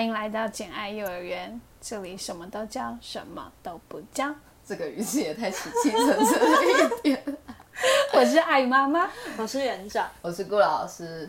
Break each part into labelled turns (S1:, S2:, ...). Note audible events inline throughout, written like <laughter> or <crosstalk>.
S1: 迎来到简爱幼儿园，这里什么都教，什么都不教。
S2: 这个语气也太死气沉沉了一点。
S1: 我是爱妈妈，
S3: 我是园长，
S2: 我是顾老师。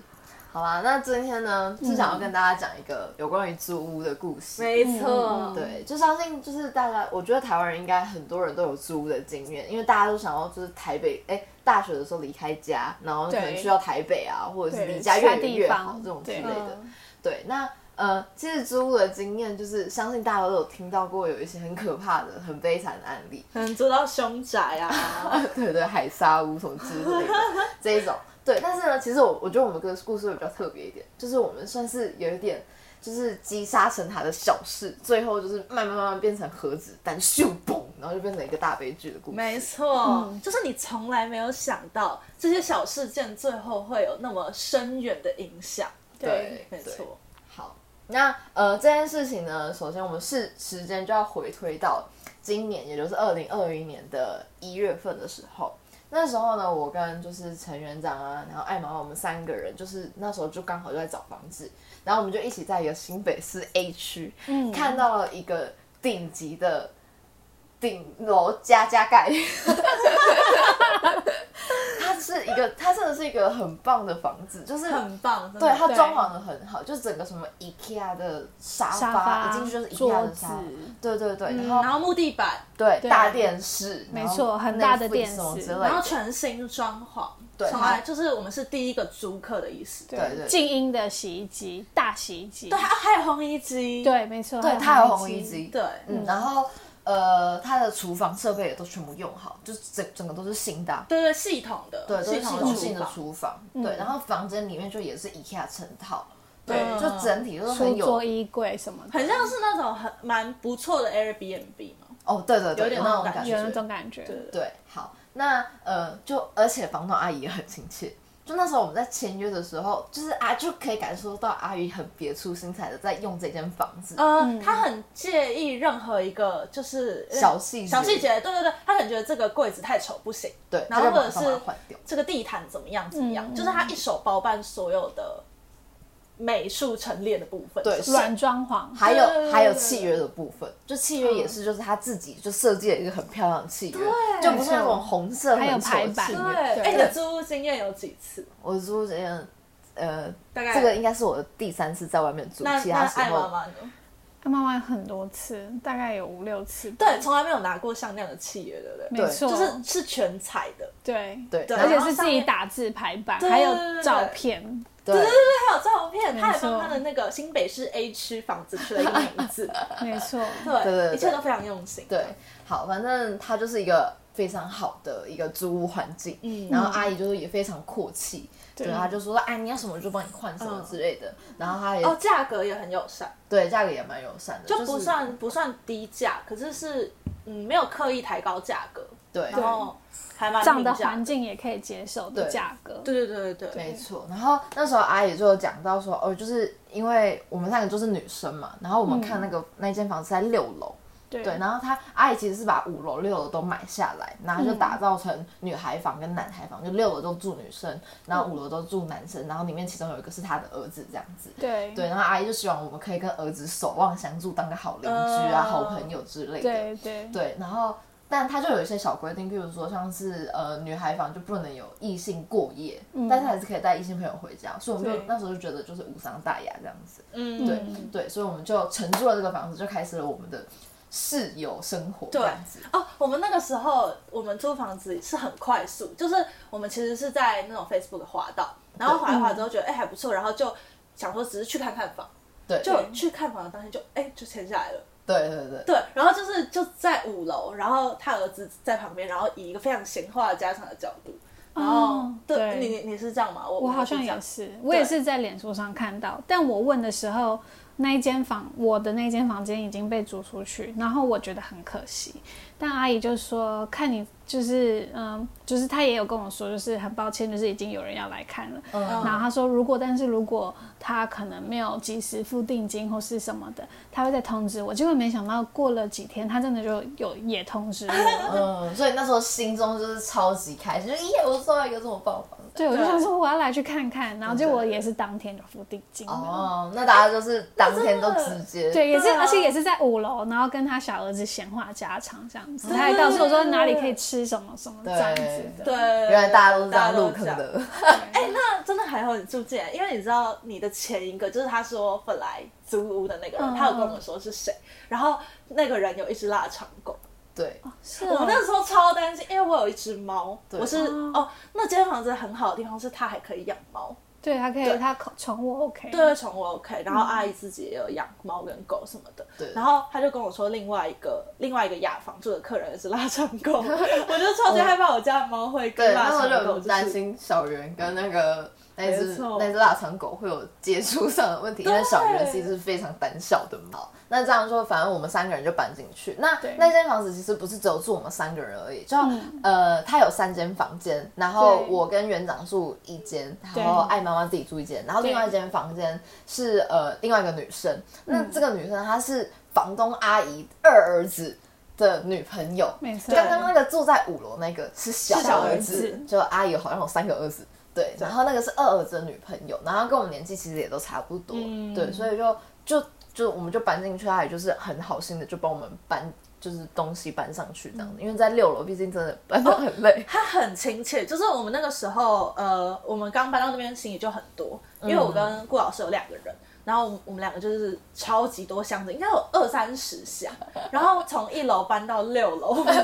S2: 好啦，那今天呢是想要跟大家讲一个有关于租屋的故事。
S3: 没错，
S2: 对，就相信就是大家，我觉得台湾人应该很多人都有租屋的经验，因为大家都想要就是台北，哎、大学的时候离开家，然后可能
S1: 对
S2: 去到台北啊，或者是
S1: 对
S2: 离家
S1: 其他
S2: 越远
S1: 地
S2: 越
S1: 方
S2: 好这种之
S1: 对
S2: 类的。
S3: 嗯
S2: 对，那呃，其实租屋的经验就是相信大家都有听到过有一些很可怕的、很悲惨的案例，
S3: 可能租到凶宅啊，
S2: 对对，海沙屋什么之类的这一种。对，但是呢，其实我我觉得我们这个故事会比较特别一点，就是我们算是有一点就是积沙成塔的小事，最后就是慢慢慢慢变成核子弹咻嘣，然后就变成一个大悲剧的故事。
S3: <laughs> 没错，
S2: 嗯
S3: 就是你从来没有想到这些小事件最后会有那么深远的影响，
S2: 对，
S3: 没
S2: 对
S3: 错，
S2: 好，那呃这件事情呢，首先我们是时间就要回推到今年，也就是二零二零年的一月份的时候。那时候呢，我跟就是陈园长啊，然后艾玛，我们三个人就是那时候就刚好就在找房子，然后我们就一起在一个新北市 A 区，
S1: 嗯
S2: 看到了一个顶级的顶楼加加盖， <laughs> 它是一个，它真的是一个很棒的房子，就是
S3: 很棒，真的
S2: 对，它
S1: 对
S2: 装潢的很好，就是整个什么 IKEA 的沙
S1: 沙发、
S2: 发，一进去就是 IKEA
S1: 桌
S2: 的
S1: 子
S2: 沙发，对对对，
S3: 嗯
S2: 然
S3: 然
S2: 后
S3: 后木地板，
S2: 对
S1: 对
S2: 大电视，
S1: 没
S2: 然后
S1: 错很大的
S2: Netflix
S1: 电视
S2: 什么之类
S3: 然后
S2: 的，
S3: 全新装潢，
S2: 对
S3: 从来就是我们是第一个租客的意思，对
S2: 对对
S1: 静音的洗衣机，大洗衣机。
S3: 对，还还有烘衣机，
S1: 对，没错，
S2: 对，它有红衣机，
S3: 对，
S2: 嗯，然后呃，它的厨房设备也都全部用好，就是整整个都是新的啊，
S3: 对对，系统的，
S2: 对，都是同性
S3: 厨
S2: 的
S3: 房
S2: 厨房，对，然后房间里面就也是 IKEA 成套，对，
S3: 嗯
S2: 就整体都是
S1: 书
S2: 很有
S1: 桌、衣柜什么的，
S3: 很像是那种很蛮不错的 Airbnb 嘛，
S2: 哦，对对
S3: 有
S2: 对，
S3: 点
S2: 有那种
S3: 那种
S2: 感
S3: 感
S1: 有那
S2: 觉，
S1: 种感觉。
S3: 对
S2: 对，好，那呃，就而且房东阿姨也很亲切。就那时候我们在签约的时候，就是啊，就可以感受到阿姨很别出心裁的在用这间房子。
S3: 呃，他很介意任何一个就是
S2: 嗯
S3: 呃
S2: 小细节
S3: 小细节，对对对，他可能觉得这个柜子太丑不行，
S2: 对，
S3: 然
S2: 她就
S3: 后或
S2: 把
S3: 者
S2: 它把它
S3: 是
S2: 换掉。
S3: 这个地毯怎么样怎么样，
S1: 嗯
S3: 就是他一手包办所有的美术陈列的部分，
S2: 对
S3: 是
S1: 软装潢，
S2: 还
S3: 对对
S2: 有
S3: 对
S2: 还有
S3: 对嗯
S2: 契约的部分，就契约也是，就是她自己就设计了一个很漂亮的契约，
S3: 对
S2: 就不是那种红色
S1: 还有
S2: 很丑
S1: 排
S2: 的
S1: 版
S2: 契
S3: 对，
S2: 约。
S3: 哎，你的租屋经验有几次？
S2: 我租这样，呃，
S3: 大概
S2: 这个应该是我的第三次在外面租，
S3: 那
S2: 其
S3: 那
S2: 他时
S3: 爱妈
S2: 候
S3: 妈呢？
S1: 嗯他妈妈很多次，大概有五六次。
S3: 对，，从来没有拿过像那样的契约，对不对？
S1: 没错，
S3: 就是是全彩的，
S1: 对
S2: 对对
S1: 而且
S3: 然后
S1: 是
S3: 上
S1: 自己
S3: 面
S1: 打字排版，
S3: 对
S1: 还
S3: 对对
S1: 有
S3: 对
S1: 照
S3: 对
S1: 片，
S2: 对
S3: 对对，还有照片，他
S1: 没
S3: 还帮
S1: 错
S3: 他的那个新北市 A 区房子取了一个名字，
S1: 没错，
S3: 对，
S2: <laughs> 对对对
S3: 一切都非常用心。
S2: 对，好，反正它就是一个非常好的一个租屋环境，
S3: 嗯
S2: 然后阿姨就是也非常阔气，对，
S1: 对
S2: 她就说，哎，你要什么就帮你换什么之类的，然后她也、
S3: 哦，价格也很友善，
S2: 对价格也蛮友善的，
S3: 就
S2: 就
S3: 不
S2: 是
S3: 算、不算低价，可是是嗯没有刻意抬高价格，
S2: 对，
S3: 然后还蛮
S1: 这样的
S3: 平价
S1: 环，境也可以接受的
S2: 对
S1: 价格。
S3: 对对对对对，
S2: 没错。然后那时候阿姨就有讲到说，哦，就是因为我们三个都是女生嘛，然后我们看那
S3: 嗯
S2: 个、那间房子在六楼，
S1: 对
S2: 对，然后她阿姨其实是把五楼、六楼都买下来，然后就打造成女孩房跟男孩房，就六楼都住女生，然后五楼都住男生，然后里面其中有一个是她的儿子这样子。
S1: 对
S2: 对，然后阿姨就希望我们可以跟儿子守望相助，当个好邻居啊、
S3: 哦
S2: 好朋友之类的。
S1: 对对
S2: 对，然后但他就有一些小规定，譬如说像是呃女孩房就不能有异性过夜，但是还是可以带异性朋友回家，所以我们就
S1: 嗯对
S2: 那时候就觉得就是无伤大雅这样子。
S3: 嗯
S2: 对、
S3: 对
S2: 对，所以我们就承租了这个房子，就开始了我们的室友生活这样子。
S3: 哦，我们那个时候我们租房子是很快速，就是我们其实是在那种 Facebook 滑到，然后滑一滑之后觉得哎、还不错，然后就想说只是去看看房，
S2: 对，
S3: 就去看房的当天就哎、就签下来了。
S2: 对对对
S3: 对，然后就是就在五楼，然后他儿子在旁边，然后以一个非常闲话家常的角度，然后、
S1: 哦
S3: 对
S1: 对
S3: 你你你是这样吗？我
S1: 我
S3: 我
S1: 好像
S3: 是这样
S1: 也是，我也是在脸书上看到，但我问的时候，那一间房，我的那间房间已经被租出去，然后我觉得很可惜，但阿姨就说看你就是嗯，就是他也有跟我说，就是很抱歉，就是已经有人要来看了。
S2: 嗯
S1: 然后他说，如果但是如果他可能没有及时付定金或是什么的，他会再通知我。结果没想到过了几天，他真的就有也通知我了。
S2: 嗯，所以那时候心中就是超级开心，就耶，我终于有这种爆房的。
S1: 对，我就想说我要来去看看，然后结果也是当天就付定金了。
S2: 哦，那大家就是当天都直接
S1: 对，也是，
S3: 对啊
S1: 而且也是在五楼，然后跟他小儿子闲话家常这样子，他还告诉我说哪里可以吃什么什么这样子的。
S3: 对，
S2: 原来大家都是这
S3: 大
S2: 样
S3: 家都
S2: 入
S3: 是
S2: 坑
S3: 这样
S2: 的。
S3: 哎，那真的还好你住进来，因为你知道你的前一个就是他说本来租屋的那个人，
S1: 嗯
S3: 他有跟我们说是谁，然后那个人有一只腊肠狗，
S2: 对，啊
S1: 是
S3: 我
S1: 哦，
S3: 那时候超担心，因为我有一只猫，
S2: 对啊
S3: 我是
S1: 哦
S3: 哦，那间房子很好的地方是它还可以养猫，
S1: 对他可以，
S3: 对
S1: 他宠宠物
S2: 哎
S1: OK。
S3: 对，宠物 OK，然后阿姨自己也有养猫跟狗什么的，
S2: 嗯对
S3: 然后他就跟我说另外一个另外一个雅房住的客人是腊肠
S2: <laughs>
S3: 狗，我就超级害怕我家的猫会跟
S2: 对，
S3: 腊
S2: 那时候
S3: 肠
S2: 就
S3: 狗
S2: 很担
S3: 就是。
S2: 心小圆跟那个那
S3: 没
S2: 只
S3: 错
S2: 那只腊肠狗会有接触上的问题，因为小圆是一只非常胆小的猫。那这样说，反正我们三个人就搬进去。那
S1: 对
S2: 那间房子其实不是只有住我们三个人而已，就、呃，它有三间房间，然后
S1: 对
S2: 我跟园长住一间，
S1: 对
S2: 然后艾妈妈自己住一间，然后另外一间房间是呃另外一个女生。那这个女生她是房东阿姨二儿子的女朋友，
S1: 没错。
S2: 刚刚那个住在五楼那个是小
S3: 是小
S2: 儿
S3: 儿
S2: 子
S1: 子，
S2: 就阿姨好像有三个儿子，对，然后那个是二儿子的女朋友，然后跟我们年纪其实也都差不多，
S3: 嗯
S2: 对，所以就就就我们就搬进去，她也就是很好心的就帮我们搬，就是东西搬上去这样
S3: 嗯
S2: 子，因为在六楼毕竟真的搬到很累，
S3: 他很亲切，就是我们那个时候，呃，我们刚搬到那边行李就很多，因为我跟顾老师有两个人，然后我们我们两个就是超级多箱子，应该有二三十箱，然后从一楼搬到六楼，我们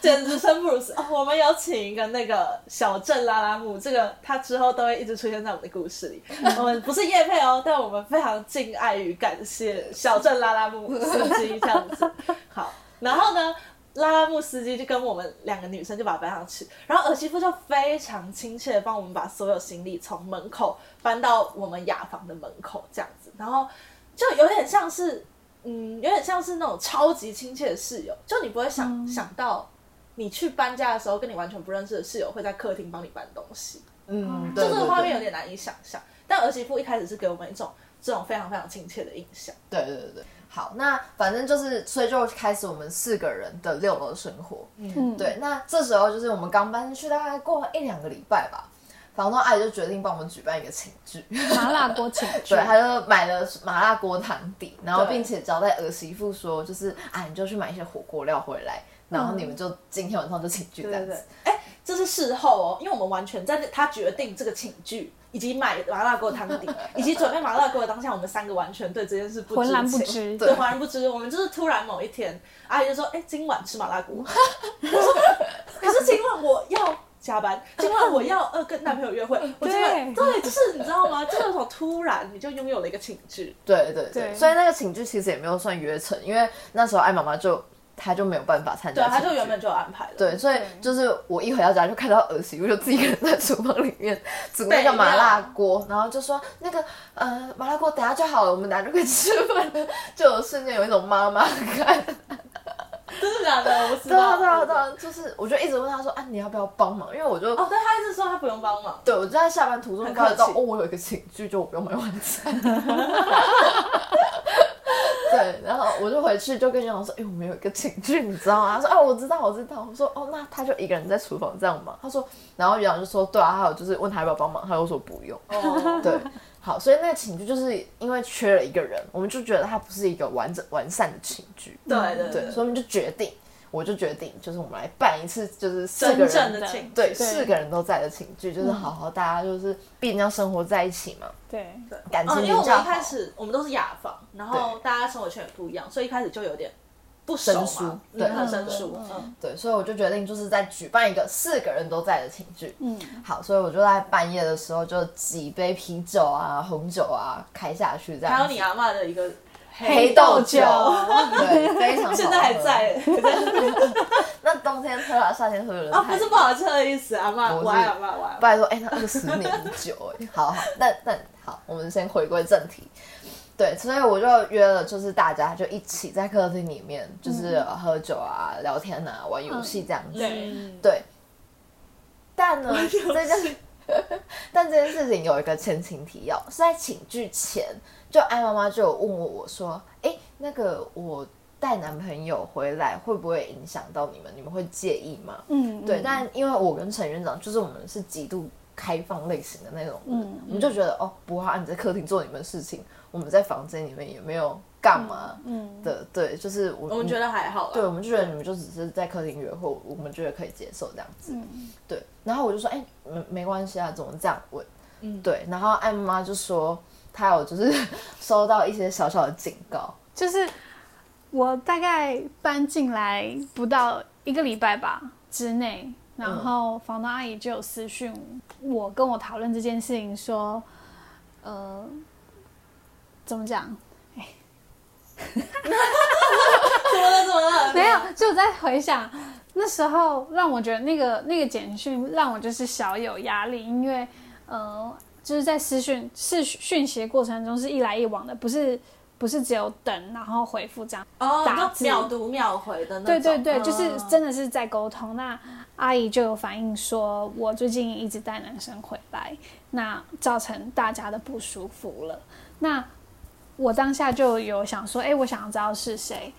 S3: 简直生不如死。哦我们有请一个那个小镇拉拉木，这个他之后都会一直出现在我们的故事里。我们不是叶配哦，但我们非常敬爱与感谢小镇拉拉木司机这样子。好，然后呢，拉拉木司机就跟我们两个女生就把它搬上去，然后儿媳妇就非常亲切的帮我们把所有行李从门口搬到我们雅房的门口这样子，然后就有点像是，嗯，有点像是那种超级亲切的室友，就你不会想、
S2: 嗯
S3: 想到。你去搬家的时候，跟你完全不认识的室友会在客厅帮你搬东西，
S2: 嗯，
S3: 就
S2: 对
S3: 哦这个
S2: 对
S3: 画
S2: 对
S3: 面有点难以想象。但儿媳妇一开始是给我们一种这种非常非常亲切的印象。
S2: 对对对对，好，那反正就是，所以就开始我们四个人的六楼生活，
S1: 嗯，
S2: 对，那这时候就是我们刚搬进去，大概过了一两个礼拜吧，房东阿姨就决定帮我们举办一个请剧，
S1: 麻辣锅请去。
S2: 对，她就买了麻辣锅汤底，然后
S3: 对
S2: 并且交代儿媳妇说，就是啊，你就去买一些火锅料回来，然后你们就今天晚上就请剧这样
S3: 嗯对对
S2: 子。
S3: 对，哎，这是事后哦，因为我们完全在那他决定这个请剧，以及买麻辣锅汤
S2: <laughs>
S3: 底，以及准备麻辣锅的当下，我们三个完全对这件事不
S1: 浑然
S3: 情
S1: 不知
S3: 对，浑然不知。我们就是突然某一天，阿姨就说：“哎，今晚吃麻
S2: <laughs>
S3: 辣锅。”我说：“可是今晚我要。”加班，今晚我要呃跟男朋友
S2: <laughs>
S3: 约会，我今
S1: 对
S3: 晚对，就是你知道吗？这种突然你就拥有了一个请剧，
S2: 对对对，
S1: 对
S2: 所以那个请剧其实也没有算约成，因为那时候艾妈妈就她就没有办法参
S3: 对
S2: 加
S3: 啊，
S2: 请剧，
S3: 他就原本就有安排了，
S2: 对，所以就是我一回到家就看到儿媳妇就自己一个人在厨房里面煮那
S3: 备料
S2: 个麻辣锅，然后就说那个呃麻辣锅等下就好了，我们等下就可以吃饭了，就有瞬间有一种妈妈感。
S3: 真的假的？我不知
S2: 对啊
S3: 道，
S2: 对啊对啊，就是我就一直问她说啊你要不要帮忙，因为我就、
S3: 哦，对，他一直说他不用帮忙，
S2: 对我就在下班途中
S3: 很
S2: 看到
S3: 客气
S2: 哦我有一个情绪，就我不用买晚餐。 <laughs> 对，然后我就回去就跟杨老说，哎、我们有一个情绪，你知道吗？他说，哦、我知道，我知道。我说，哦，那他就一个人在厨房这样吗？他说，然后杨就说，对啊，还有就是问他要不要帮忙，他又说不用。<laughs>
S3: 哦，
S2: 对，好，所以那个情绪就是因为缺了一个人，我们就觉得他不是一个完整完善的情绪。
S3: 对对
S2: 对，所以我们就决定，我就决定，就是我们来办一次，就是四个
S3: 真
S2: 人
S3: 正的
S1: 的
S3: 情嗯
S2: 对，
S1: 对
S2: 四个人都在的情剧，就是好好大家就是毕竟要生活在一起嘛。
S1: 对
S3: 对，
S2: 感情
S3: 哦，
S2: 比
S3: 因为我
S2: 较
S3: 们一开始我们都是雅房，然后
S2: 对
S3: 大家生活圈也不一样，所以一开始就有点不熟
S2: 生疏
S3: 嘛，嗯
S2: 对
S3: 很生疏，
S1: 嗯
S3: 嗯，
S2: 对，所以我就决定就是在举办一个四个人都在的情剧。
S1: 嗯，
S2: 好，所以我就在半夜的时候就几杯啤酒啊、红酒啊开下去，这样。
S3: 还有你。阿嬷的一个
S2: 黑豆酒，对，非常好喝
S3: <laughs> 现在还。在，
S2: 那冬天喝啊，夏天喝有点
S3: 啊，
S2: 太
S3: 不是不好吃的意思，阿嬷，
S2: 不是
S3: 我爱阿嬷，我爱阿嬷。
S2: 拜托，哎、那二十年很久哎、好好，那那好，我们先回归正题。对，所以我就约了，就是大家就一起在客厅里面，就是喝酒啊、聊天啊、玩游戏这样子。
S3: 嗯对，
S2: 对，但呢，这件 <laughs> 但这件事情有一个前情提要，是在请剧前，就艾妈妈就有问我我说，哎、那个我带男朋友回来会不会影响到你们？你们会介意吗？
S1: 嗯，
S2: <laughs> 对，
S1: 嗯
S2: 但因为我跟陈院长就是我们是极度开放类型的那种人，
S1: 嗯
S2: 我们就觉得哦，不怕你在客厅做你们的事情，我们在房间里面也没有干嘛
S1: 嗯，
S2: 的，对，就是我
S3: 我们觉得还好啦。
S2: 对，我们就觉得你们就只是在客厅约会，我们觉得可以接受这样子。
S1: 嗯
S2: 对，然后我就说，哎、没没关系啊，怎么这样问？
S3: 嗯
S2: 对，然后艾妈就说，她有就是 <laughs> 收到一些小小的警告，
S1: 就是我大概搬进来不到一个礼拜吧之内，然
S3: 嗯
S1: 后房东阿姨就有私讯我跟我讨论这件事情，说，呃，怎么讲？哎
S3: <laughs> 怎么了？怎么
S1: <laughs>
S3: 了？
S1: 没有，就在回想那时候，让我觉得那个那个简讯让我就是小有压力，因为呃，就是在私讯是讯息的过程中是一来一往的，不是不是只有等然后回复这样。
S3: 哦，
S1: 打
S3: 都
S1: 字
S3: 秒读秒回的那
S1: 对
S3: 种。
S1: 对对，就是
S3: 嗯
S1: 真的是在沟通。那阿姨就有反映说，我最近一直带男生回来，那造成大家的不舒服了。那我当下就有想说，哎、我想要知道是谁。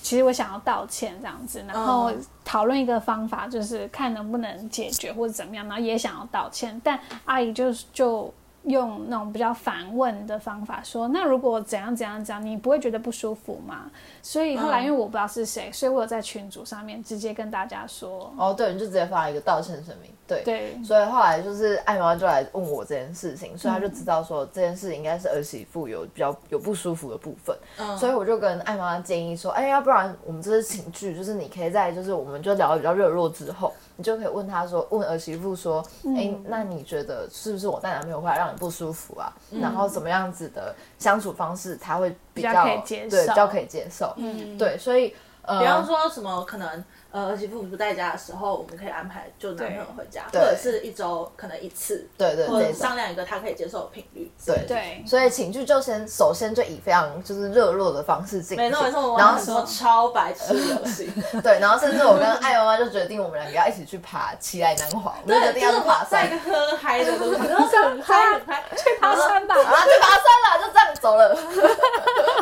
S1: 其实我想要道歉这样子，然后
S3: 嗯
S1: 讨论一个方法，就是看能不能解决或者怎么样，然后也想要道歉，但阿姨就就用那种比较反问的方法说，那如果怎样怎样怎样，你不会觉得不舒服吗？所以后来因
S3: 嗯
S1: 为我不知道是谁，所以我有在群组上面直接跟大家说，
S2: 哦，对，你就直接发了一个道歉声明，对。
S1: 对，
S2: 所以后来就是艾妈就来问我这件事情，所以她
S3: 嗯
S2: 就知道说这件事应该是儿媳妇有比较有不舒服的部分，
S3: 嗯
S2: 所以我就跟艾妈建议说，哎、要不然我们这次请剧，就是你可以在就是我们就聊得比较热络之后，你就可以问她说，问儿媳妇说，
S3: 嗯
S2: 哎、那你觉得是不是我带男朋友回来让你不舒服啊？
S3: 嗯
S2: 然后怎么样子的相处方式才会比
S1: 比
S2: 较
S1: 较可以接
S2: 对，比较
S1: 受
S2: 可以接受，
S3: 嗯
S2: 对，所以呃，
S3: 比方说什么可能呃儿媳妇不在家的时候，我们可以安排就男朋友回家，或
S2: 对
S3: 者是一周可能一次，
S2: 对对
S3: 或者
S2: 对
S3: 商量一个他可以接受的频率。
S2: 对
S1: 对
S2: 所以情绪就先首先就以非常就是热络的方式进行，
S3: 没错没错，我
S2: 然
S3: 玩
S2: 后
S3: 很多超白痴的游戏，
S2: <laughs> 对，然后甚至我跟艾妈妈就决定我们两个要一起去爬奇来南华，我们就决
S3: 对，
S2: 定
S3: 就
S2: 要
S3: 是
S2: 去爬
S3: 我
S2: 山
S3: 在一，个喝嗨的
S1: <laughs>
S3: 路上，然后就很嗨很嗨，去
S1: 爬山吧，
S2: <laughs> 啊，去爬山了，就这样
S1: <laughs>
S2: 走了，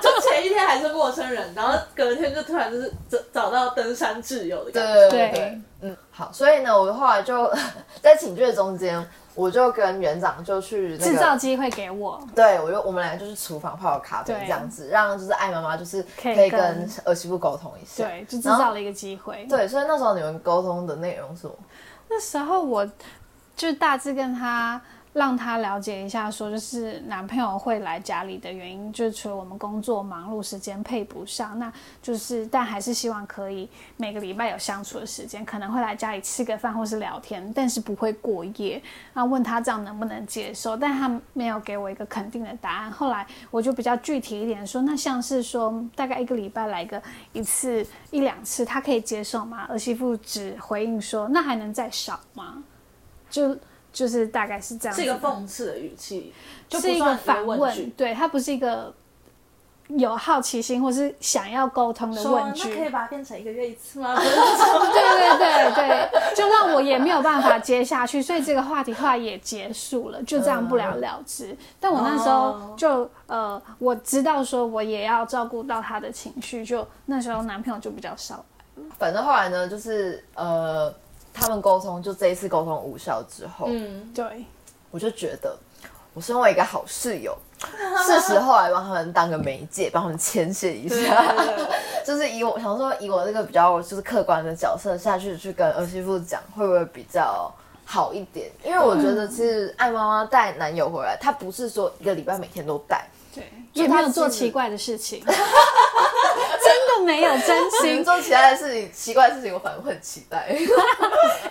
S3: 就前一天还是陌生人，然后隔天就突然就是找找到登山挚友的
S2: 对
S3: 感
S2: 对对
S3: 觉。
S1: 对
S2: 对，嗯，好，所以呢，我后来就呃在请剧的中间，我就跟园长就去那
S1: 制造
S2: 个。
S1: 机会给我，
S2: 对，我就我们俩就去厨房泡咖啡
S1: 对
S2: 这样子，让就是艾妈妈就是
S1: 可以
S2: 可以
S1: 跟
S2: 跟儿媳妇沟通一下。
S1: 对，就制
S2: 然后
S1: 造了一个机会。
S2: 对，所以那时候你们沟通的内容是什么？
S1: 那时候我就大致跟他让他了解一下，说就是男朋友会来家里的原因，就是除了我们工作忙碌时间配不上，那就是但还是希望可以每个礼拜有相处的时间，可能会来家里吃个饭或是聊天，但是不会过夜。然后问他这样能不能接受，但他没有给我一个肯定的答案。后来我就比较具体一点说，那像是说大概一个礼拜来个一次一两次，他可以接受吗？儿媳妇只回应说，那还能再少吗？就就是大概是这样子
S3: 是
S1: 的，
S3: 一个讽刺的语气，就不
S1: 是一个
S3: 算
S1: 反
S3: 问句
S1: 问，。对，它不是一个有好奇心或是想要沟通的
S3: 说
S1: 问
S3: 那
S1: 句。
S3: 可以把它变成一个月一次吗？
S1: 对对对对，就让我也没有办法接下去，所以这个话题后来也结束了，就这样不了了之。但我那时候就呃，我知道说我也要照顾到他的情绪，就那时候男朋友就比较少。
S2: 反正后来呢，就是呃，他们沟通，就这一次沟通无效之后， <laughs>
S3: 嗯，
S1: 对，
S2: 我就觉得，我身为一个好室友，是时候来帮他们当个媒介，帮他们牵线一
S3: 对
S2: 下。 <laughs> 就是以我想说，以我这个比较就是客观的角色下去去跟儿媳妇讲，会不会比较好一点？因为我觉得，其
S3: 嗯
S2: 实艾妈妈带男友回来，她不是说一个礼拜每天都带，
S3: 嗯
S1: 对，
S2: 就
S1: 也没
S2: 他
S1: 有做
S2: 是
S1: 奇怪的事 <laughs> 情，真的没有，真
S2: 你
S1: <laughs> 心
S2: 们。做其他的事情、奇怪的事情，我反而会很期待。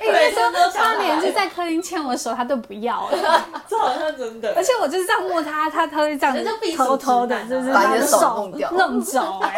S3: 每天都
S1: 他
S3: 想
S1: 连就
S3: 来，
S1: 在客厅牵我的手，他都不要 <laughs> 了。
S3: 这好像真的
S1: 而。且我就是这样摸他，他他会这样
S3: 人家避
S1: 子
S3: 暑
S1: 偷偷的，
S3: 指南啊
S1: 就是
S2: 把你
S1: 他
S2: 的
S1: 的
S2: 手
S1: 手
S2: 弄掉
S1: 弄走、哎，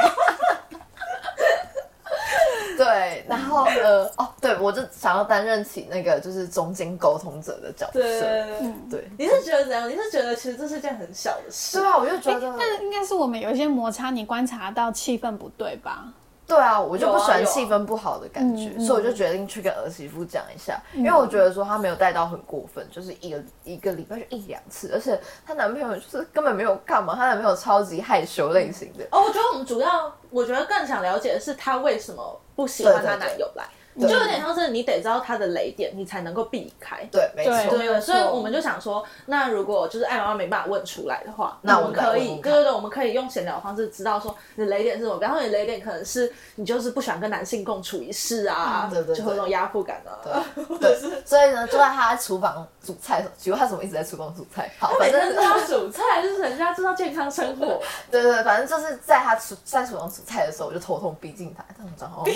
S3: <laughs>
S2: 对，然后呃，哦，对，对我就想要担任起那个就是中间沟通者的角色。
S3: 对，
S1: 嗯
S2: 对
S3: 你是觉得怎样？你是觉得其实这是件很小的事
S2: 对，啊，我就觉得，
S1: 但应该是我们有一些摩擦，你观察到气氛不对吧？
S2: 对啊，我就不喜欢
S3: 有啊
S2: 气氛不好的感觉，
S1: 嗯嗯
S2: 所以我就决定去跟儿媳妇讲一下，
S3: 嗯
S2: 因为我觉得说她没有带到很过分，就是一个一个礼拜就一两次，而且她男朋友就是根本没有干嘛，她男朋友超级害羞类型的，
S3: 哦，我觉得我们主要，我觉得更想了解的是她为什么不喜欢她男友来，就有点像是你得知道她的雷点，你才能够避开。
S2: 对，没错，
S3: 对
S1: 没错
S3: 对，所以我们就想说，那如果就是艾妈妈没办法问出来的话，
S2: 那
S3: 那
S2: 我
S3: 我
S2: 们
S3: 们
S2: 来
S3: 可
S2: 问
S3: 以，
S2: 问
S3: 对
S2: 看
S3: 对对，我们可以用闲聊的方式知道说你的雷点是什么。比方说你的雷点可能是你就是不喜欢跟男性共处一室啊，
S2: 嗯对对对
S3: 就会有那种压迫感啊。
S2: 对，所以呢，就在她在厨房煮菜的时候，请问她怎么一直在厨房煮菜？好，反
S3: 每
S2: 正
S3: 天都要煮菜，就是人家知道健康生活，
S2: 对对，对反正就是在她厨在厨房煮菜的时候，我就偷偷逼近她，这种状况， <laughs>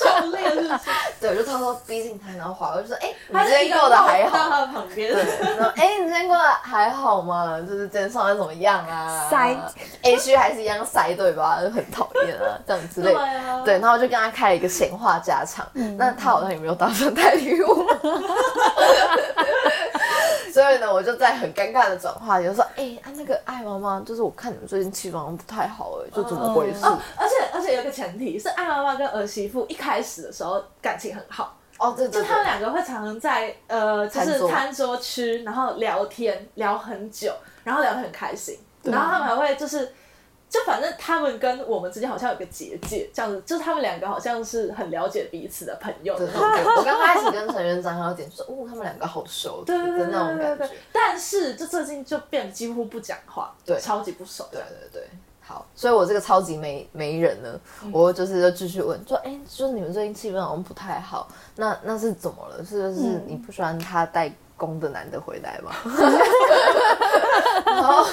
S3: 狩猎是不是？
S2: 对，我就偷偷逼近她，然后滑过去说，哎、你
S3: 他
S2: 今天过得还好
S3: 到。他旁边，
S2: 然后，哎、你今天过得还好吗？就是今天上班怎么样啊？
S1: 塞
S2: ，A 区还是一样塞，对吧？就很讨厌啊，这样之类
S3: 对
S2: 的。
S3: 啊，
S2: 对，然后我就跟他开了一个闲话家常，那他好像也没有打算太理我，所以呢，我就在很尴尬的转化，就说，哎、啊那个艾妈妈，就是我看你们最近气氛好像不太好、哎，就怎么回事？
S3: 哦，而且而且有一个前提是，艾妈妈跟儿媳妇一开始的时候感情很好，
S2: 哦，对
S3: 就
S2: 对
S3: 他
S2: 对，
S3: 们两个会常常在呃，就
S2: 餐
S3: 是
S2: 桌
S3: 餐桌区，然后聊天聊很久，然后聊得很开心，然后他们还会就是。就反正他们跟我们之间好像有个结界，这样子，就是他们两个好像是很了解彼此的朋友的
S2: 对对
S3: 那种
S2: 对，我刚开始跟陈院长还有点说，哦，他们两个好熟，
S3: 对对
S2: 的
S3: 对
S2: 那种
S3: 对
S2: 感
S3: 对
S2: 觉
S3: 对。。但是就最近就变得几乎不讲话，
S2: 对
S3: 超级不熟。
S2: 对对对，好，所以我这个超级没没人呢，我就是就继续问，说，哎、就是你们最近气氛好像不太好，那那是怎么了？是就是你不喜欢他带公的男的回来吗？然后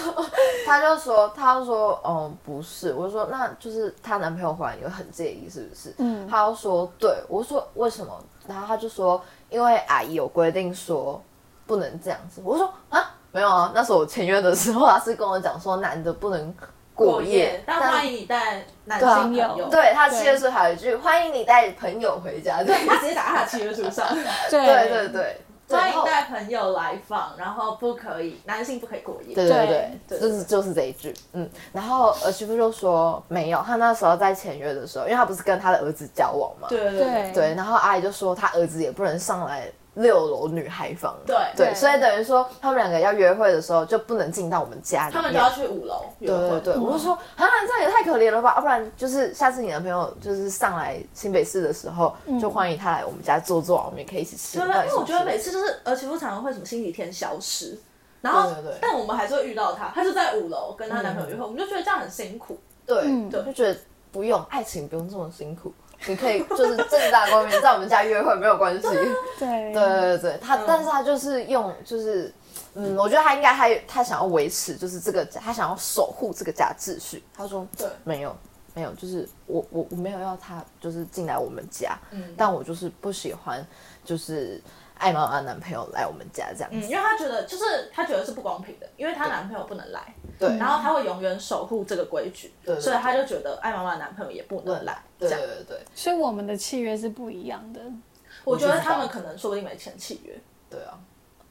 S2: 他就说，他就说，嗯，不是，我就说，那就是她男朋友回来，你会很介意是不是？嗯，他就说，对，我说为什么？然后他就说，因为阿姨有规定说不能这样子。我说啊，没有啊，那时候我签约的时候，他啊是跟我讲说男的不能过夜，
S3: 但欢迎你带男
S2: 对啊
S3: 性朋友，
S2: 对他七月时候还有一句，欢迎你带朋友回家。对
S3: 对他直接打在他的契约书上，
S1: 对
S2: 对对对，
S3: 欢
S2: 然后
S3: 迎带朋友来访，然后不可以男性不可以过夜。
S2: 对对对对，
S3: 对
S2: 就是就是这一句，嗯，然后儿媳妇就说没有，她那时候在签约的时候，因为她不是跟她的儿子交往嘛，
S3: 对对
S2: 对，然后阿姨就说她儿子也不能上来六楼女孩房，
S3: 对
S2: 对，
S1: 对
S2: 所以等于说他们两个要约会的时候就不能进到我们家里
S3: 他们
S2: 面，
S3: 就要去五楼约
S2: 对
S3: 会
S2: 对。对，我就说啊，这样也太可怜了吧，要啊不然就是下次你男朋友就是上来新北市的时候，就欢迎他来我们家坐坐啊，我们也可以一起吃
S3: 嗯对
S2: 饭
S3: 对，
S2: 什么之类的。
S3: 因为我觉得每次就是儿媳妇常常会什么星期天消失，然后
S2: 对对嗯对
S3: 但我们还是会遇到她，她就在五楼跟她男朋友约会，我们就觉得这样很辛苦。嗯
S2: 对，对，就觉得不用爱情不用这么辛苦，你可以就是正大光明在我们家约会没有关系。
S3: 啊
S1: 对
S2: 对对对，他但是他就是用就是。嗯，我觉得他应该他他想要维持就是这个，他想要守护这个家秩序。他说
S3: 对
S2: 没有没有，就是我我我没有要他就是进来我们家，但我就是不喜欢就是艾妈妈的男朋友来我们家这样
S3: 嗯，
S2: 子。
S3: 因为她觉得就是她觉得是不公平的，因为她男朋友不能来，
S2: 对
S3: 然后她会永远守护这个规矩，
S2: 对
S3: 所以她就觉得艾妈妈的男朋友也不能来，
S2: 对
S3: 这
S2: 对
S3: 样。
S2: 对对
S1: 所以我们的契约是不一样的。
S3: 我觉
S2: 我
S3: 得
S2: 不知道
S3: 他们可能说不定没签契约，
S2: 对啊！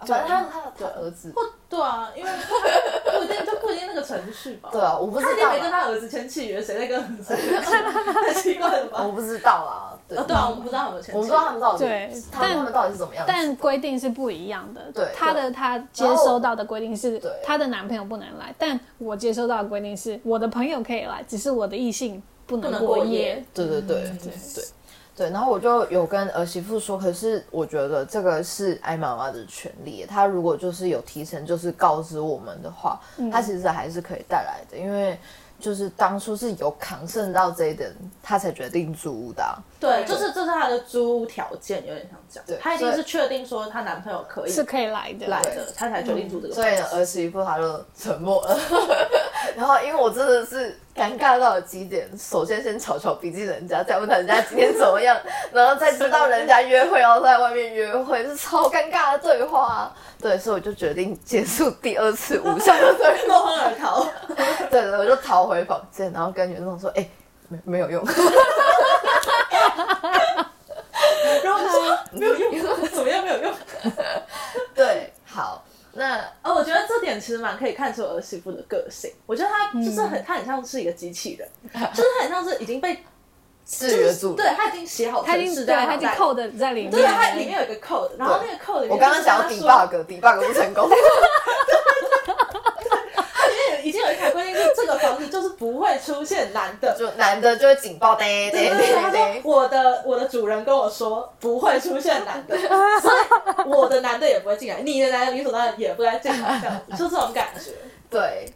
S2: 反正他他他儿子
S3: 不对啊，因为不一定就不一定那个程序吧。
S2: 对啊，我不知
S3: 他一定
S2: 道
S3: 没跟
S2: 啦，
S3: 他儿子签契约，谁在跟儿
S2: <laughs>
S3: 子签契约？太奇怪了
S2: 我
S3: 吧？
S2: 不知道啦。对
S3: 哦，对啊，我们不知道有没有签契约。
S2: 我不知道他们到底
S1: 对
S2: 他们
S1: 但
S2: 他们到底是怎么样子。
S1: 但规定是不一样的。
S2: 对
S1: 她的她接收到的规定是
S2: 对
S1: 她的男朋友不能来，但我接收到的规定是我的朋友可以来，只是我的异性不
S3: 不
S1: 能
S3: 能过
S1: 夜
S3: 夜。。
S2: 对对对对对对，然后我就有跟儿媳妇说，可是我觉得这个是艾妈妈的权利，她如果就是有提成，就是告知我们的话，她其实还是可以带来的，因为就是当初是有扛胜到这一点，她才决定租屋的啊、
S3: 对，就是这是她的租屋条件，有点像这
S2: 对
S3: 样。她一定
S2: 所以
S3: 是确定说她男朋友可以
S1: 是可以来的，
S3: 来的，她才决定住这
S2: 嗯
S3: 个
S2: 所以呃
S3: 房
S2: 呢
S3: 子。
S2: 儿媳妇她就沉默了。 <laughs> 然后，因为我真的是尴尬到了极点，首先先悄悄逼近人家，再问他人家今天怎么样，然后再知道人家约会，然后在外面约会，是超尴尬的对话、啊。对，所以我就决定结束第二次无效的对话。
S3: <laughs> 落荒而
S2: <laughs>
S3: 逃。
S2: 对对，我就逃回
S3: <laughs>
S2: 房间，然后跟袁总说：“哎、没没有用。”
S3: 没有用，怎么样没有用？
S2: 对，好，那
S3: 哦，我觉得这点其实蛮可以看出儿媳妇的个性。我觉得她
S1: 嗯
S3: 就是很，她很像是一个机器人，就是她很像是已经
S2: <laughs>
S3: 被
S2: 制约住了。
S3: 对，她已经写好
S1: 他
S3: 程
S1: 已
S3: 式
S1: 经对
S3: 在
S1: 他已经
S3: 脑袋
S1: 扣的在里面，
S3: 对，它里面有一个 code，然后那个 code 里面
S2: 我刚刚想要
S3: 就是跟他
S2: debug，debug 不
S3: <laughs>
S2: 成功。
S3: 说已经有一条规定是这个房子就是不会出现蓝的。
S2: 就男的就会警报，对
S3: 对
S2: 对
S3: 对对，他说
S2: 对对，
S3: 我的我的主人跟我说不会出现男的，所以我的男的也不会进来，你的男的理所当然也不该进来，这样子就这种感觉。
S2: 对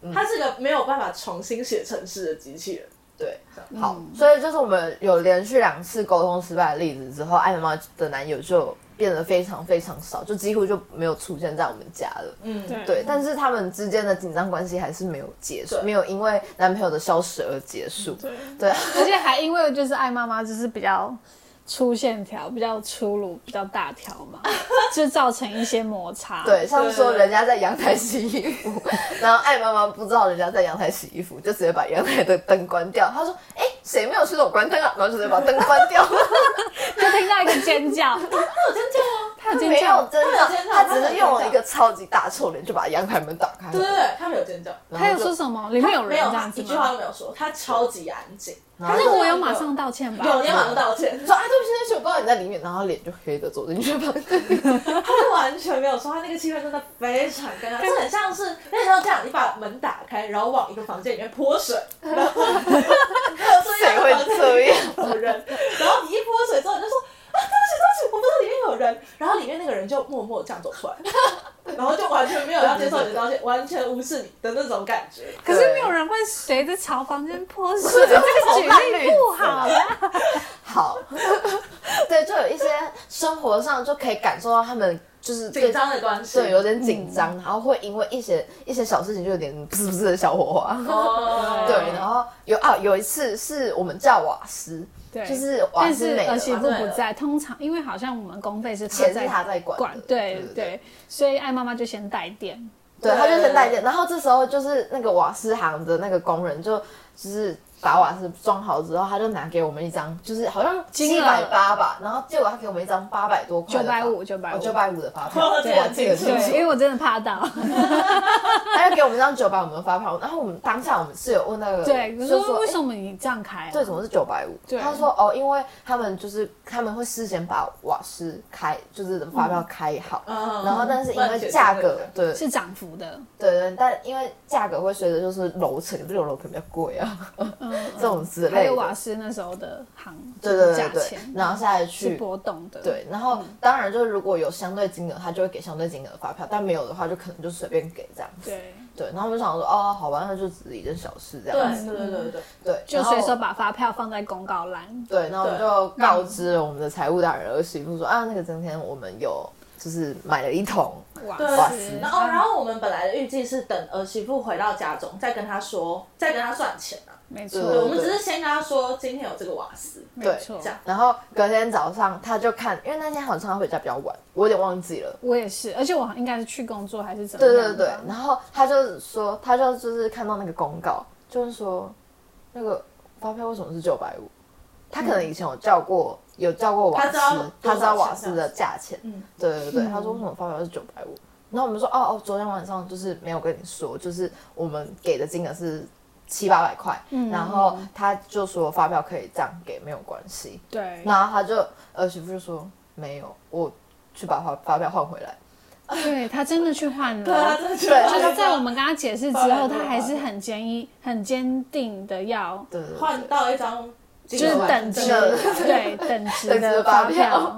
S2: 嗯
S3: 对，它是个没有办法重新写程式的机器人。
S2: 对。
S3: 嗯
S2: 好，所以就是我们有连续两次沟通失败的例子之后，艾玛的男友就变得非常非常少，就几乎就没有出现在我们家了。
S3: 嗯，
S1: 对
S2: 对，但是他们之间的紧张关系还是没有结束，
S3: 对嗯
S2: 没有因为男朋友的消失而结束。
S1: 对
S2: 对，
S1: 而且还因为就是爱妈妈就是比较粗线条、比较粗鲁、比较大条
S3: <laughs>
S1: 嘛，就造成一些摩擦。
S2: 对，像说
S3: 对
S2: 人家在阳台洗衣
S3: <laughs>
S2: 服，然后艾妈妈不知道人家在阳台洗衣服，就直接把阳台的灯关掉。她说：“哎、谁没有去我关灯啊？”然后就直接把灯关
S3: <laughs>
S2: 掉。
S1: 就听到一个尖叫，
S3: 有尖叫啊
S2: 嗯
S3: 吗？
S1: 他有
S2: 没
S1: 尖
S2: 有
S1: 叫，
S2: 真的
S3: 他有尖，叫
S2: 她只
S3: 他
S2: 是
S3: 有
S2: 用了
S3: 尖
S2: 一
S3: 叫
S2: 个超级大臭脸就把阳台门打开了。
S3: 对对对，他没有尖叫，
S1: <laughs>
S2: 然后
S1: 他有
S2: 就
S1: 说什么？里面有
S3: 没
S1: 人
S3: 有
S1: 这样子
S3: 一句话
S1: 吗？
S3: 都没有说，他超级安静。
S2: 后
S1: 但是我有马上道歉吧？
S3: 有，你要马上道歉。
S2: 说：“啊，对不起，对不起，我不知道你在里面。”然后她脸就黑的走进去房间。
S3: 他完全没有说，他那个气氛真的非常尴尬，这很像是那时候这样，你把门打开，然后往一个房间里面泼水，然
S2: <laughs>
S3: 后
S2: 谁会这样？
S3: 有人，然后你一泼水之后，你就说啊，对不起，对不起，我不知道里面有人，然后里面那个人就默默这样走出来，然后就完全没有要接受你的道歉，完全无视你的那种感觉。
S1: 可是没有人会随着朝房间泼水，<laughs>
S2: 这
S1: 这
S2: 个
S1: 个举
S2: 好烂例
S1: 例
S2: 子
S1: 不好啊啦。
S2: <laughs> 好， <laughs> 对，就有一些生活上就可以感受到他们就是对
S3: 紧张的关系，
S2: 对，有点紧张，然后会因为一些一些小事情就有点噗噗的小火花。
S3: 哦，
S2: 对，然后有啊，有一次是我们叫瓦斯，
S1: 对
S2: 就是瓦
S1: 但
S2: 斯
S1: 是
S2: 没了
S1: 儿媳妇
S2: 嘛，
S1: 不在，通常因为好像我们公费是他
S2: 钱
S1: 在
S2: 是他在管的
S1: 管，
S2: 对
S1: 对
S2: 对对
S1: 对，所以艾妈妈就先带电。
S2: 对，他就
S3: 对
S2: 先带电，然后这时候就是那个瓦斯行的那个工人就就是。把瓦斯装好之后，他就拿给我们一张，就是好像七
S1: 金额
S2: 百八吧，然后结果他给我们一张八百多块的
S1: 950
S2: 发，
S1: 950
S2: 九百五的发票，
S3: 哇
S2: 对 <laughs> 我记得
S3: 这
S2: 清
S3: 很
S2: 楚
S1: 对，因。为我真的怕 <laughs> 到，
S2: 他就给我们一张九百五的发票，然后我们当下我们是有问那个，
S1: 对，
S2: 就
S1: 可
S2: 说
S1: 是为
S2: 诶
S1: 什么你这样开啊？
S2: 对，怎么是九百五？
S1: 对
S2: 他说哦，因为他们就是他们会事先把瓦斯开，就是发票开好，
S3: 嗯
S2: 然后但是因为价格，对对
S1: 是涨幅的，
S2: 对，但因为价格会随着就是楼层，六楼可能比较贵啊，
S1: 嗯，
S2: 这种之类的，
S1: 还有瓦斯那时候的行，
S2: 对对
S1: 价
S2: 对对
S1: 钱，
S2: 然后下来
S1: 是嗯
S2: 去。
S1: 波动的，
S2: 对，然后当然就是如果有相对金额，他就会给相对金额的发票，但没有的话就可能就随便给这样子。
S1: 对，
S2: 对，然后我们就想说，哦，好吧，那就只是一件小事这
S3: 对
S2: 样子。
S3: 对对对对，
S2: 对，
S1: 就
S2: 然后
S1: 随手把发票放在公告栏，
S2: 对，那我们就告知了我们的财务大人儿媳妇说啊，那个今天我们有就是买了一桶，
S1: 哇
S3: 对
S2: 哇
S1: 塞
S2: 塞
S3: 然后，然后我们本来的预计是等儿媳妇回到家中，再跟她说，再跟她算钱啊。
S1: 没错，
S2: 对
S3: 对，我们只是先跟她说今天有这个瓦斯，
S1: 没错
S3: 这，样
S2: 然后隔天早上他就看，因为那天好像他回家比较晚，我有点忘记了。
S1: 我也是，而且我应该是去工作还是怎么
S2: 对
S1: 样
S2: 对
S1: 的？
S2: 对，
S3: 啊
S2: 然后他就说，他就就是看到那个公告，就是说那个发票为什么是九百五？他可能以前有叫过，有叫过瓦斯，
S3: 他知道多
S2: 他
S3: 少
S2: 知道瓦
S3: 钱
S2: 斯的价钱。
S3: 嗯
S2: 对对对，他说为什么发票是九百五？然后我们说哦哦，昨天晚上就是没有跟你说，就是我们给的金额是七八百块，
S3: 嗯
S2: 然后他就说发票可以这样给，没有关系。
S1: 对，
S2: 然后他就儿媳妇就说没有，我去把发发票换回来。
S1: 对他真的去换了，
S3: 对啊，真的觉
S2: 对
S3: 得
S1: 就是在我
S3: 们
S1: 们跟他解释之后，他还是很坚毅、很坚定的要，
S2: 对对对
S3: 换到一张金
S1: 就是
S3: 额完
S1: 等值
S2: 金额
S3: 整的，
S2: <laughs>
S1: 对等值
S2: 等值的
S1: 的
S2: 发
S1: 发
S2: 票
S1: 票，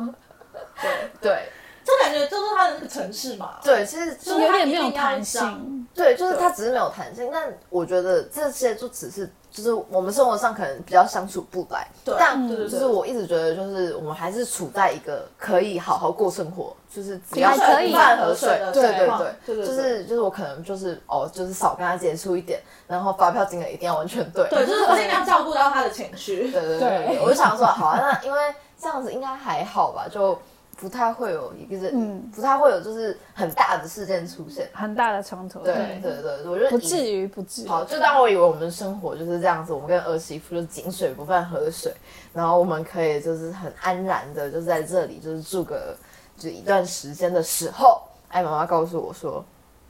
S2: 对
S3: 这感觉就是他的那个城市嘛。
S2: 对，其实
S3: 就
S2: 就是
S1: 有
S3: <laughs> 他
S1: 点
S3: 一
S1: 没有
S3: 定要
S1: 弹
S3: 这样
S1: 性。
S2: 对，就是他只是没有弹性。但我觉得这些就只是就是我们生活上可能比较相处不来，
S3: 对
S2: 但
S3: 嗯对对对
S2: 就是我一直觉得就是我们还是处在一个可以好好过生活，就是只要
S1: 还可以
S2: 不犯河水，对
S3: 对
S2: 对
S3: 对
S2: 对，
S3: 对对
S2: 就是就是我可能就是哦，就是少跟他接触一点，然后发票金额一定要完全对，
S3: 对，就是尽量照顾到他的情绪。
S2: 对对对，对
S1: 对
S2: 我就想说，好、啊，那因为这样子应该还好吧，就不太会有一个，
S1: 嗯
S2: 不太会有就是很大的事件出现。
S1: 很大的冲突。
S2: 对对对，我觉得
S1: 不
S2: 以
S1: 至于不至于。
S2: 好，就当我以为我们的生活就是这样子，我们跟儿媳妇就井水不犯河水，然后我们可以就是很安然的就在这里就是住个就一段时间的时候，哎艾妈妈告诉我说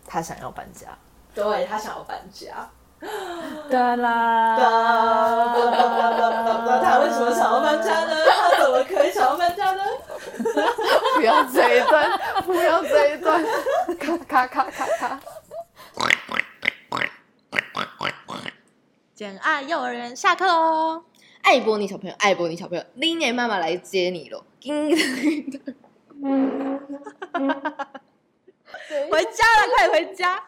S2: 她想要搬家。
S3: 对他想要搬家。
S1: 哒
S3: <laughs>
S1: 啦，
S3: 那他为什么想要搬家呢？他怎么可以想要搬家呢？
S2: 不要这一段，不要这一段， <laughs> 咔咔咔咔咔。
S3: 简爱幼儿园下课喽！
S2: 爱波尼小朋友，爱波尼小朋友，林年妈妈来接你
S3: <laughs>
S2: 喽！
S3: 回家了，快回家！